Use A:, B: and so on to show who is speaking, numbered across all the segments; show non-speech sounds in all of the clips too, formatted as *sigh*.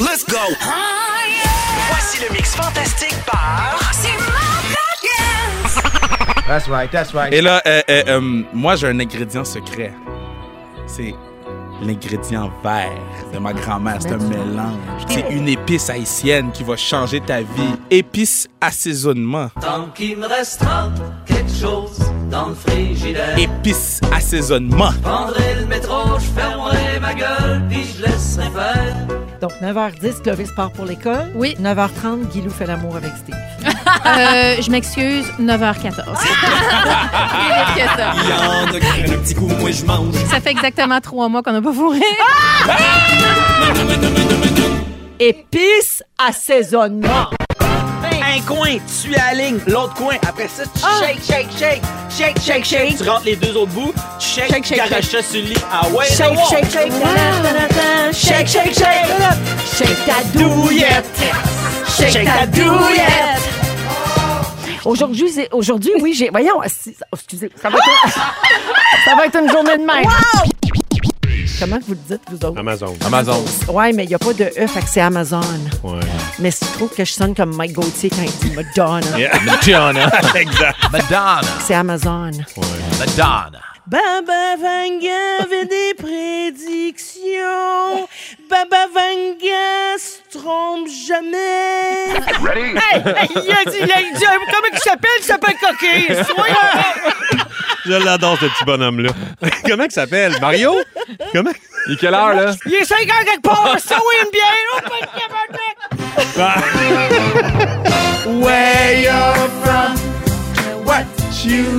A: Let's go!
B: Voici le mix fantastique par.
C: That's right, that's right.
A: Et là, euh, euh, euh, moi, j'ai un ingrédient secret. C'est l'ingrédient vert de ma grand-mère. C'est un mélange. C'est une épice haïtienne qui va changer ta vie. Épice assaisonnement.
D: Tant qu'il me restera quelque chose dans le frigidaire.
A: Épice assaisonnement.
D: Je prendrai le métro, je fermerai ma gueule, puis je laisserai faire.
E: Donc, 9h10, Clovis part pour l'école.
F: Oui.
E: 9h30, Guilou fait l'amour avec Steve.
F: Euh, je m'excuse, 9h14. Plus vite que ça.
G: *laughs* Il y en a qui un petit coup, moi je mange.
F: Ça fait exactement trois mois qu'on n'a pas fourré.
E: Épices, assaisonnement.
G: Un coin, tu alignes l'autre coin. Après ça, tu Ah!
E: Ah.
G: shake, shake, shake, shake, shake, shake. Tu rentres les deux autres bouts, tu shake,
E: Shake,
G: tu
E: shake,
G: garoches ça sur le lit. Ah ouais,
E: Shake,
G: wow.
E: shake, shake. ta-da-da-da. Shake, shake, shake. Shake ta douillette. Shake ta douillette. Aujourd'hui, c'est- aujourd'hui, oui, j'ai. Voyons, si- oh, excusez, ça va,
G: Ah!
E: être... ça va être une journée de même. Comment vous le dites, vous autres?
H: Amazon.
I: Amazon.
E: Ouais, mais il n'y a pas de E, fait que c'est Amazon.
H: Ouais.
E: Mais je trouve que je sonne comme Mike Gauthier quand il dit Madonna.
I: Madonna.
H: exact.
I: Madonna.
E: C'est Amazon.
I: Madonna.
E: Baba Vanga avait des prédictions. Baba Vanga se trompe jamais. Hey, hey, il a dit, il a dit, euh, comment il s'appelle? Il s'appelle Coquille. Soyons-
H: Je l'adore, ce petit bonhomme-là. Comment il s'appelle?
I: *laughs*
H: Mario? Comment?
I: Il est quelle heure, là?
E: Il est 5 heures quelque part. Ça, oui, une bière. Oh, pas de tabarnak.
A: Where you're from, what you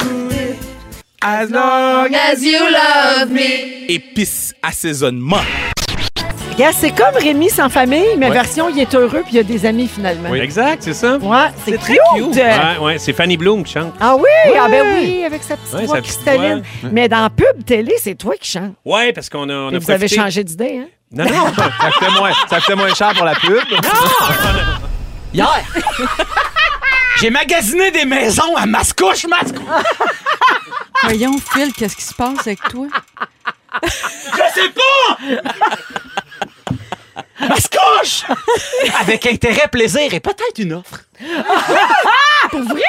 A: as long
F: As you love me.
A: Épice assaisonnement.
E: Gars, c'est comme Rémi sans famille, mais
I: Ouais.
E: version il est heureux puis il y a des amis finalement.
I: Oui.
H: Exact, c'est ça.
E: Ouais, c'est cute.
H: Ouais, ouais, c'est Fanny Bloom qui chante.
E: Ah oui, ah ben oui, avec sa petite
H: Ouais,
E: voix
H: sa petite
E: cristalline. Mais dans pub télé, c'est toi qui chante.
H: Ouais, parce qu'on a, on a
E: Vous avez
H: profité-
E: changé d'idée, hein?
H: Non, non,
I: Ça coûtait moins, ça coûtait moins cher pour la pub.
G: Hier, j'ai magasiné des maisons à Mascouche, Mascouche.
J: Voyons, Phil, qu'est-ce qui se passe avec toi?
G: Mascouche! Avec intérêt, plaisir et peut-être une offre. Pour vrai?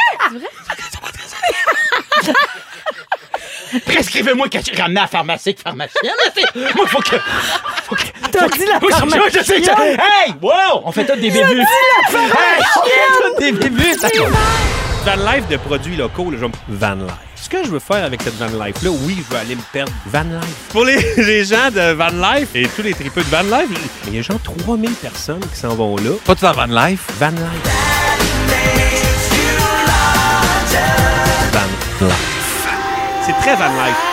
G: Prescrivez-moi que j'ai ramené à la pharmacie que pharmacienne. C'est- Moi, faut que. Faut que...
E: T'as dit la
H: *laughs*
G: Oui, je-
E: pharmacie.
G: je sais que- Hey! Wow! On fait tout des débuts. Hey! Tout des débuts.
H: Van Life de produits locaux, le genre Van Life. Ce que je veux faire avec cette Van Life-là, oui, je veux aller me perdre Van Life. Pour les, *laughs* les gens de Van Life et tous les tripeux de Van Life, il y a genre 3000 personnes qui s'en vont là.
I: Pas tout en van life.
H: Van Life. Van Life. C'est très Van Life.